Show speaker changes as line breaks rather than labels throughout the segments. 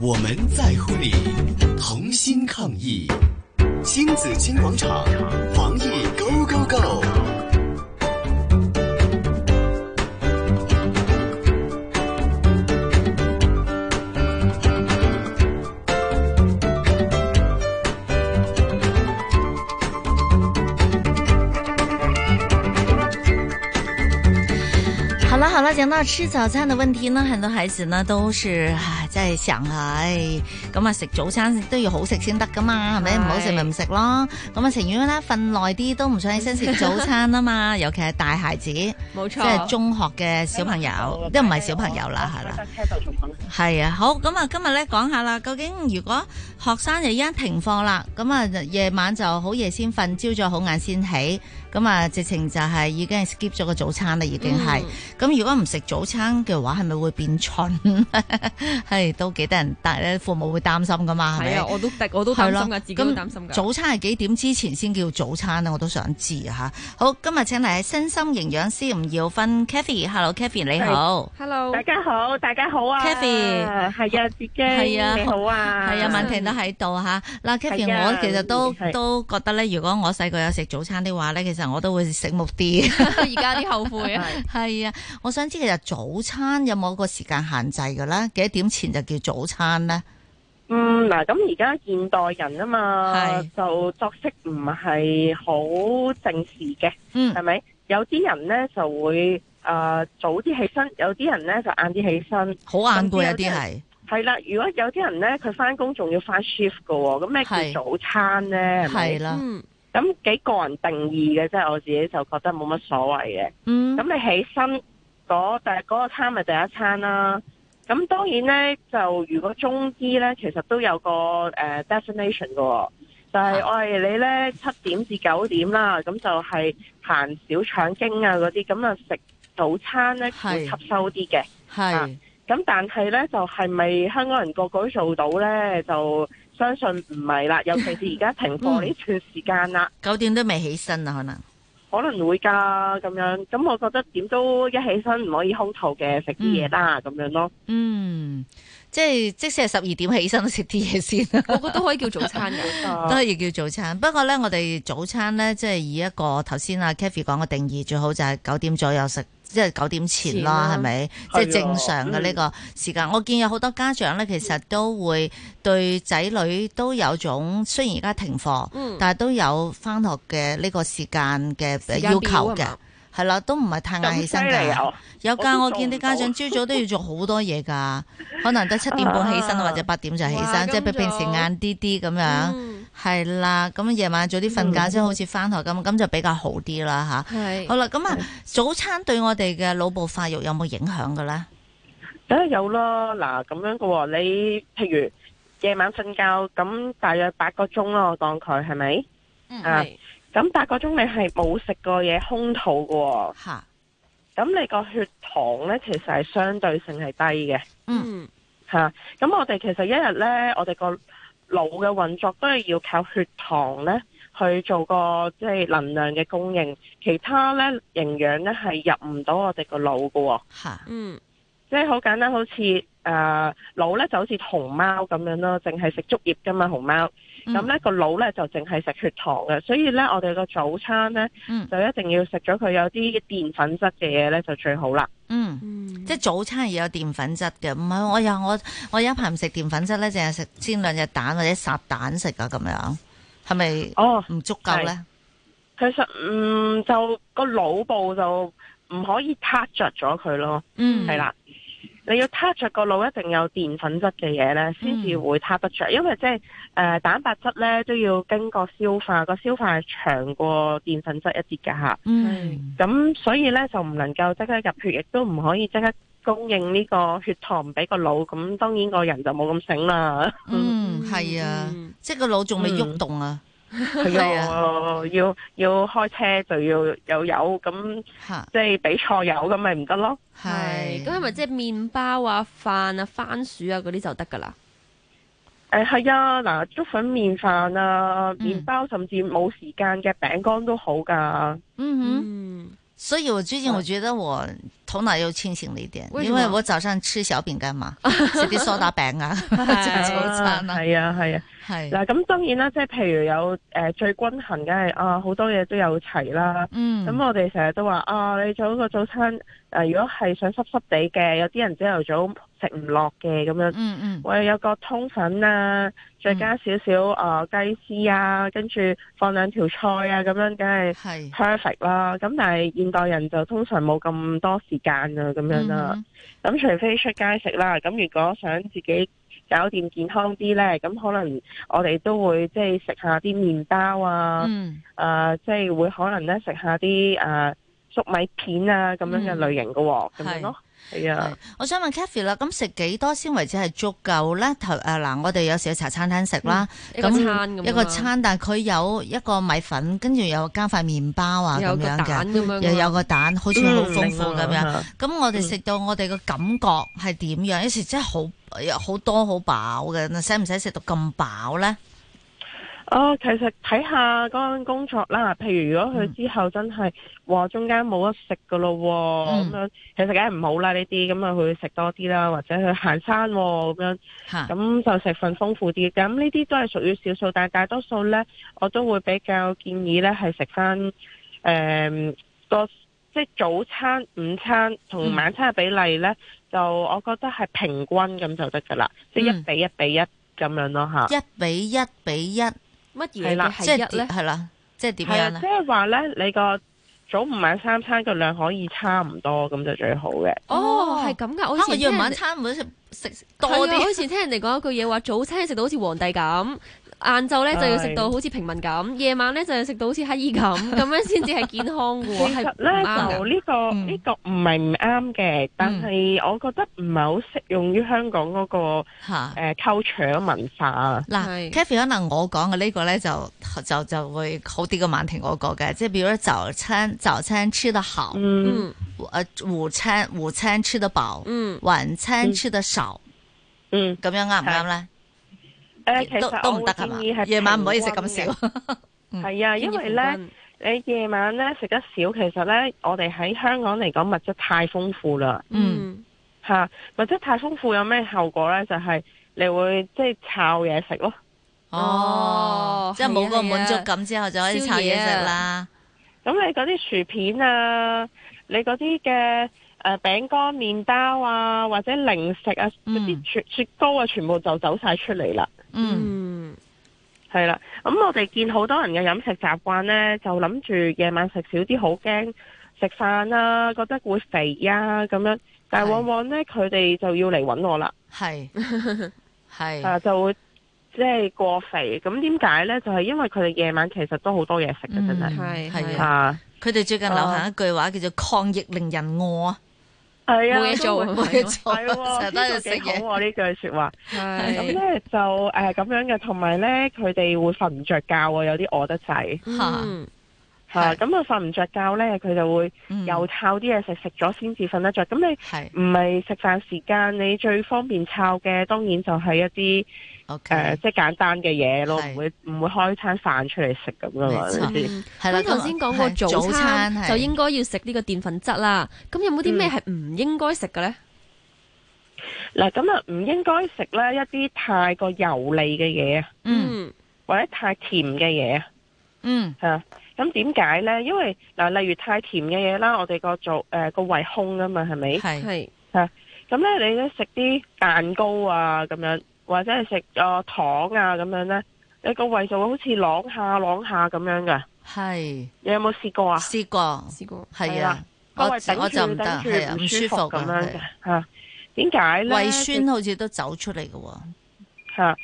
我们在乎你，同心抗疫。星子金广场，防疫 Go Go Go！
好了好了，讲到吃早餐的问題呢，很多孩子呢都是唉，真係想唉，咁啊食早餐都要好食先得噶嘛，係咪？
係
唔好食咪唔食咯。咁啊情願咧瞓耐啲都唔想起身食早餐啊嘛，尤其係大孩子，即
冇錯，
係中學嘅小朋友，都唔係小朋友啦，係啦。係啊，好咁啊，今日咧講下啦，究竟如果學生就而家停課啦，咁啊夜晚就好夜先瞓，朝早好晏先起，咁啊直情就係已經係 skip 咗個早餐啦，已經係。咁、如果唔食早餐嘅話，係咪會變蠢？ 係都幾得人，但係父母會擔心噶嘛，係
係
咪
啊，？我都得，我都
係
擔
咯
心噶，自己都
咁
擔心噶。
早餐係幾點之前先叫早餐啊？我都想知啊！吓好，今日請嚟係身心營養師吳耀芬 Kathy，Hello Kathy 你好。
Hello，
大家好，大家好啊
Kathy
係啊，自己
係啊
你好啊，
係啊，曼婷都喺度吓。嗱，Kathy，
係啊
我其實都
係
都覺得咧，如果我細個有食早餐的話咧，其實我都會醒目啲。
而家啲後悔啊，
係啊，我想知其實早餐有冇個時間限制㗎咧？幾多點前就叫早餐咧？
嗯嗱，咁而家現代人啊嘛
係，
就作息唔係好正視嘅，
嗯
係咪？有啲人咧就會诶早啲起身，有啲人咧就晏啲起身。
好晏攰有
甚至
啲
有啲
係
係啦，如果有啲人咧，佢翻工仲要翻 shift 噶喎，咁
係
咩叫早餐咧？係咪
係啦，
嗯，
咁幾個人定義嘅啫，我自己就覺得冇乜所謂嘅。
嗯
咁你起身嗰第嗰個餐咪第一餐啦。咁當然咧，就如果中醫咧，其實都有個誒、呃 definition 嘅喎、就係、
係
我係你咧七點至九點啦，咁就係行小腸經啊嗰啲，咁啊食早餐咧
係
會吸收啲嘅。
係
咁但係咧，就係咪香港人個個都做到咧？就相信唔係啦，尤其是而家停課
嗯
呢段時間啦。
九點都未起身啊，可能
可能會㗎咁樣，咁我覺得點都一起身唔可以空肚嘅，食啲嘢啦咁樣咯。
嗯，即係即使係十二點起身都食啲嘢先啦。
個個都可以叫早餐㗎。
都
啊
係要叫早餐。不過咧，我哋早餐咧，即係以一個頭先阿 Kathy 講嘅定義，最好就係九點左右食，即係九點前啦，
前啦
係咪？即
係
係正常嘅呢個時間。我見有好多家長咧，其實都會對仔女都有種，雖然而家停課，
嗯，
但係都有翻學嘅呢個時間嘅呃
時間
要
表
求
係
嘅
嘛。
係啦，都唔係太晏起
咁犀
身
利
㗎。
啊！
有
我
㗎，
都
我見啲家長朝早都要做好多嘢㗎， 可能得七點半起身
啊
或者八點就起
哇
身，即係比
咁
平時
早
晏啲啲咁樣。
嗯
係啦，咁夜晚早啲瞓
嗯
覺，即係好似翻學咁，咁就比較好啲啦吓。好
係
啦，咁啊，早餐對我哋嘅腦部發育有冇影響嘅咧？
梗係有啦，嗱咁樣嘅喎，你譬如夜晚瞓覺咁，大約八個鐘啦，我當佢係咪？啊
係
咁八個鐘你係冇食過嘢空肚嘅
吓，
喎，咁你個血糖咧其實係相對性係低嘅。
嗯
吓，咁、我哋其實一日咧，我哋個腦嘅運作都係要靠血糖咧去做個即係能量嘅供應，其他咧營養咧係入唔到我哋個腦噶喎，
吓，
嗯
即係好簡單，好似誒、呃、腦咧就好似熊貓咁樣咯，淨係食竹葉噶嘛熊貓，
嗯
咁咧個腦咧就淨係食血糖嘅，所以咧我哋個早餐咧
嗯
就一定要食咗佢有啲澱粉質嘅嘢咧就最好啦。
嗯，
嗯，
即係早餐係有澱粉質嘅，唔係我又我我有一排唔食澱粉質咧，淨係食煎兩隻蛋或者烚蛋食啊，咁樣係咪
哦。
唔足夠咧？
其實嗯，就個腦部就唔可以撻着咗佢咯，
嗯，
係啦。你要撻着個腦，一定有澱粉質嘅嘢咧，先至會撻得着。因為即係誒蛋白質咧都要經過消化，個消化係長過澱粉質一啲㗎嚇。
嗯，
咁所以咧就唔能夠即刻入血，亦都唔可以即刻供應呢個血糖俾個腦。咁當然個人就冇咁醒啦。
嗯，係啊，
嗯
即係個腦仲未喐
嗯
動啊，
係啊， 要要開車就要有油，咁
吓，
即係俾錯油咁咪唔得咯。
係
係，
咁係咪即係麵包啊、飯啊、番薯啊嗰啲就得㗎啦？
誒係啊，嗱，粥粉麵飯啊，
嗯
麵包甚至冇時間嘅餅乾都好㗎。
嗯哼。
嗯，
所以我最近我觉得我头脑又清醒了一点，
为什
因
么
为我早上吃小饼干嘛，食啲梳打餅啊， 食早餐啊，
係啊係啊，
係，
嗱咁當然啦，即係譬如有誒、呃最均衡，梗係啊好多嘢都有齊啦。
嗯，
咁、我哋成日都話啊，你做一個早餐誒、呃如果係想濕濕地嘅，有啲人朝頭早食唔落嘅咁樣，
嗯嗯
喂有個通粉啊，再加少少啊雞絲啊，跟住放兩條菜啊，咁樣梗係
係，
perfect 啦。咁但係現代人就通常冇咁多時間啊，咁樣啦。
嗯
咁除非出街食啦，咁如果想自己搞掂健康啲呢，咁可能我哋都會即係食下啲麵包啊，
嗯
啊即係會可能呢食下啲啊粟米片啊咁樣嘅
嗯
類型嘅喎，咁樣咯，係啊
係。我想問 Kathy 啦，咁食幾多先為止係足夠咧？頭誒嗱，我哋有時去茶餐廳食啦，
一個餐咁樣啊
一個餐，但係佢有一個米粉，跟住有加塊麵包啊咁
有個
樣嘅，
蛋咁樣，
又有個蛋，好似好
嗯
豐富咁樣。。咁我哋
嗯
食到我哋個感覺係點樣？有時真係好有好多好飽嘅，嗱使唔使食到咁飽咧？
哦，其實睇下嗰份工作啦，譬如如果
嗯
佢之後真係話中間冇得食噶咯喎，
嗯
咁樣其實梗係唔好啦呢啲，咁啊佢食多啲啦，或者去行山喎咁樣。
嚇，
咁就食份豐富啲，咁呢啲都係屬於少數，但係大多數呢，我都會比較建議呢係食翻誒個即係早餐、午餐同
嗯
晚餐嘅比例呢，就我覺得係平均咁就得㗎啦，即係一
嗯
比一比一咁樣咯吓，
一比一比一，
乜嘢
係啦
嘅
即係
係一咧
點？係啦，即係點
係啊，
樣
即
咧？
係話呢，你個早午晚三餐嘅量可以差唔多，咁就最好嘅。
哦，係咁噶，我以
嚇我
前
要
聽人
晚
哋
餐會食食多
係啊
啲
我。以前聽人哋講一句嘢話，早餐食到好似皇帝咁，晏晝咧就要食到好似平民咁，夜晚咧就要食到好似乞兒咁，咁樣先至係健康嘅
其
喎，係
實
唔
咧
啱
就
㗎
呢、個
嗯
呢、個唔係唔啱嘅，但係我覺得唔係好適用於香港嗰、個
吓
誒 culture 文化啊。
嗱
係
，Kathy 可能我講嘅呢個咧就就就會好啲過曼婷嗰個嘅，即係比如說早餐早餐吃得好，
嗯
嗯
呃午餐午餐吃得飽，
嗯，
晚餐吃得少，
嗯，
咁樣啱唔啱咧？
誒、其實
都
我
唔
會
得
建
係嘛
議係？
夜晚唔可以食咁
平均嘅。
少，嗯
係啊，因為咧，你夜晚咧食得少，其實咧，我哋喺香港嚟講，物質太豐富啦，
嗯，
嚇、物質太豐富有咩後果咧？就係、你會即係炒嘢食咯，
哦
哦，
即係冇
係啊
個
係啊
滿足感之後就可以炒
宵
嘢
夜啊
食啦。
咁你嗰啲薯片啊，你嗰啲嘅誒餅乾、麵包啊，或者零食啊，嗰啲、
嗯
雪雪糕啊，全部就走晒出嚟啦。
嗯
嗯，
係啦，咁我哋見好多人嘅飲食習慣呢，就諗住夜晚食少啲，好驚食飯啦，覺得會肥啊咁樣。但
係
係往往呢，佢哋就要嚟揾我啦，
係係嗯
啊就會即係過肥。咁點解呢？就係、因為佢哋夜晚其實都好多嘢食嘅，真係
嗯
係
係啊！
啊，
佢哋最近流行一句話叫做抗疫令人餓啊，
係啊，
冇嘢做
都會
冇嘢做，
係
哦成
喎，
日都喺
呢
度
個
食
幾好
嘢。
喎呢句説話。嗯咁
係，
呢，就誒咁、樣嘅，同埋呢，佢哋會瞓唔着覺喎，有啲餓得滯
嗯
嚇。
係
咁啊瞓唔着覺呢，佢就會。
嗯
又抄啲嘢食，食咗先至瞓得着。咁你
係
唔係食飯時間，你最方便抄嘅當然就係一啲誒、呃
OK，
即係簡單嘅嘢咯，
係
唔會唔會開餐飯出嚟食咁樣
冇
嘛
錯
呢啲
嗯
係啦。啊
咁頭先講過
係
早餐
係
就應該要食呢個澱粉質啦，咁有冇
嗯
啲咩係唔應該食嘅咧？
嗱，咁啊唔應該食咧一啲太過油膩嘅嘢啊，
嗯
或者太甜嘅嘢啊
嗯
係啊。咁點解呢？因為嗱、例如太甜嘅嘢啦，我哋個做誒個胃空啊嘛，係咪？
係
嗯係
咁咧，你咧食啲蛋糕啊，咁樣或者係食個糖啊，咁樣咧，你個胃就會好似啷下啷下咁樣噶。
係
你有冇試過啊？
試過
試過，
係
係
啊
啦，
我
個胃頂
我就
住
唔得
頂
係啊，
住
唔
唔舒服咁
㗎
樣嘅
係
嚇。點解咧？
胃酸好似都走出嚟嘅喎。
嚇。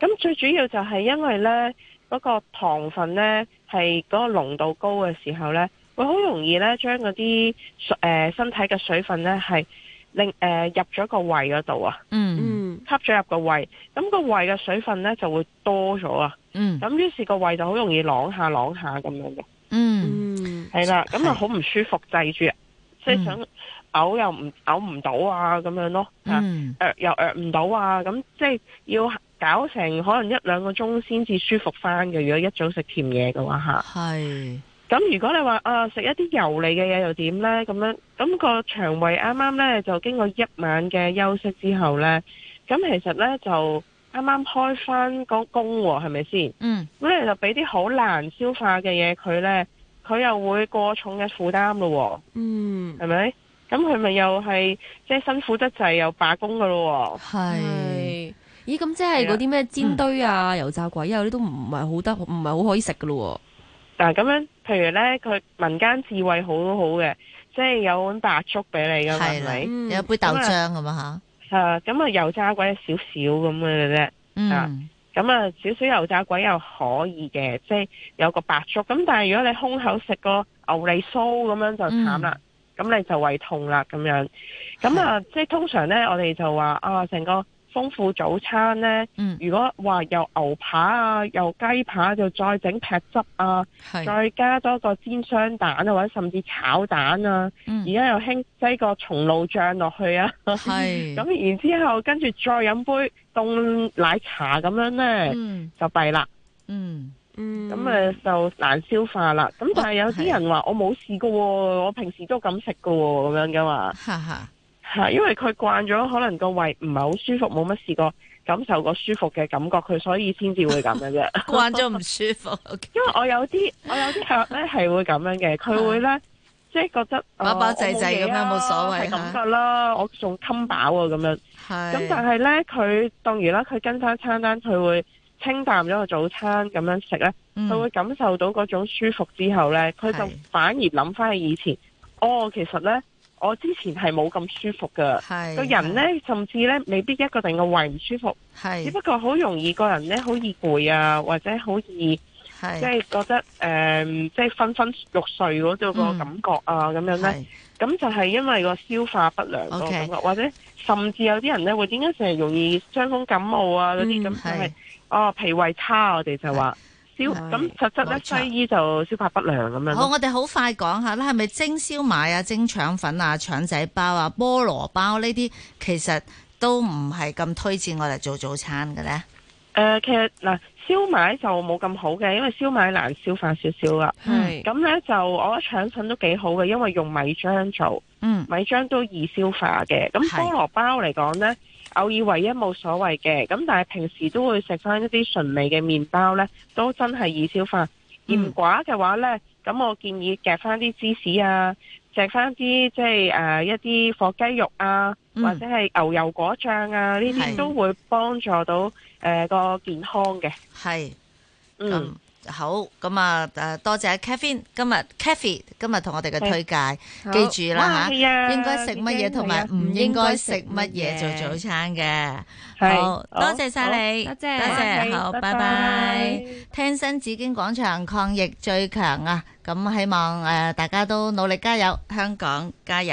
咁最主要就係因為咧嗰個糖分咧係嗰個濃度高嘅時候咧，會好容易咧將嗰啲水誒身體嘅水分咧係令誒入咗個胃嗰度啊。
嗯
嗯
吸咗入個胃，咁個胃嘅水分咧就會多咗啊，
嗯
咁於是個胃就好容易啷下啷下咁樣嘅，
嗯。
嗯
係啦，
係
咁啊好唔舒服，滯住，即係
嗯
想嘔又唔嘔唔到啊，咁樣咯，嚇
嗯
呃又呃唔到啊，咁即係要搞成可能一兩個鐘先至舒服翻嘅，如果一早食甜嘢嘅話嚇，
係，
咁如果你話啊食一啲油膩嘅嘢又點呢？咁樣咁、個腸胃啱啱呢，就經過一晚嘅休息之後呢，咁其實呢，就啱啱開翻個工喎，係咪先？
嗯
咁你就俾啲好難消化嘅嘢佢呢，佢又會過重嘅負擔咯
嗯
喎，，係咪？咁佢咪又係即係辛苦得滯又罷工噶咯
係。
係。咦，咁即係嗰啲咩煎堆啊、油炸鬼啊嗰啲都唔係好得，唔係好可以食噶咯
喎。嗱咁樣，譬如呢，佢民間智慧好好嘅，即係有碗白粥俾你噶嘛，
係
係
啦
咪？
嗯
有杯豆漿咁啊
啊，咁啊油炸鬼少少咁嘅啫。
吓，嗯，
咁啊，少少油炸鬼又可以嘅，即係有個白粥。咁但係如果你空口食個牛脷酥咁樣就慘啦，咁、你就胃痛啦咁樣。咁啊，即係通常呢，我哋就話啊，成個豐富早餐呢，
嗯
如果話有牛扒啊，有雞扒，就再整劈汁啊，
係，
再加多個煎雙蛋啊，或者甚至炒蛋啊。而
嗯
家又興擠個松露醬落去啊，
係，
咁然之後跟住再飲杯凍奶茶咁樣呢。
嗯
就弊啦，
嗯哦
嗯，
咁誒就難消化啦。咁但係有啲人話我冇試過喎，我平時都咁食㗎喎，咁樣嘅嘛。
哈哈，
係
嗯
因為佢慣咗，可能個胃唔係好舒服，冇乜試過感受過舒服嘅感覺，佢所以先至會咁嘅啫。
慣咗唔舒服，OK，
因為我有啲我有啲客咧係會咁樣嘅，佢會咧即係覺得呃
飽飽啊滯滯咁樣冇所謂
啊係咁
嚇
噶啦，我仲襟飽啊咁樣。
係，
咁但係呢，佢當然啦，佢跟翻餐單，佢會清淡咗個早餐咁樣食呢。
嗯
佢會感受到嗰種舒服之後呢，佢就
係
反而諗翻起以前，哦，其實呢，我之前係冇咁舒服噶，
係
個人呢，甚至呢，未必一個定個胃唔舒服，只
係
不過好容易個人呢，好易攰啊，或者好易即
係
係覺得誒、嗯即係昏昏欲睡嗰度個
嗯
感覺啊，咁樣呢。
係
咁就係因為個消化不良個
OK
感覺，啊或者甚至有啲人呢，會點解成日容易傷風感冒啊嗰
嗯
啲咁，就係
係
哦，脾胃差，我哋就話消
係
咁實質咧，
冇錯
西醫就消化不良咁樣
好，
咯。
我哋好快講下啦，係咪蒸燒賣啊、蒸腸粉啊、腸仔包啊、菠蘿包呢啲，其實都唔係咁推薦我哋做早餐嘅咧。
誒、其實嗱，燒賣就冇咁好嘅，因為燒賣難消化少少啦。
係
咁呢，就我覺得腸粉都幾好嘅，因為用米漿做，
嗯，
米漿都易消化嘅。咁
係
菠蘿包嚟講呢，偶爾為一冇所謂嘅，咁但係平時都會食翻一啲純味嘅麵包呢，都真係易消化。
嗯
鹽quả嘅話呢，咁我建議夾翻啲芝士啊，夾翻啲即係誒、呃一啲火雞肉啊。
嗯
或者係牛油果醬啊，呢
係
啲都會幫助到誒個、健康嘅。
係咁
嗯，
好咁啊！誒，多謝 Cathy 今日 Cathy 今日同我哋嘅推介，
好
記住啦
哇
嚇，
係啊，
應該食乜嘢同埋嗯唔應該食乜嘢做早餐嘅。
係
好多謝晒你，
好多謝
多謝，好，拜拜。
拜
聽新紫荊廣場抗疫最強啊！咁希望誒、呃大家都努力加油，香港加油！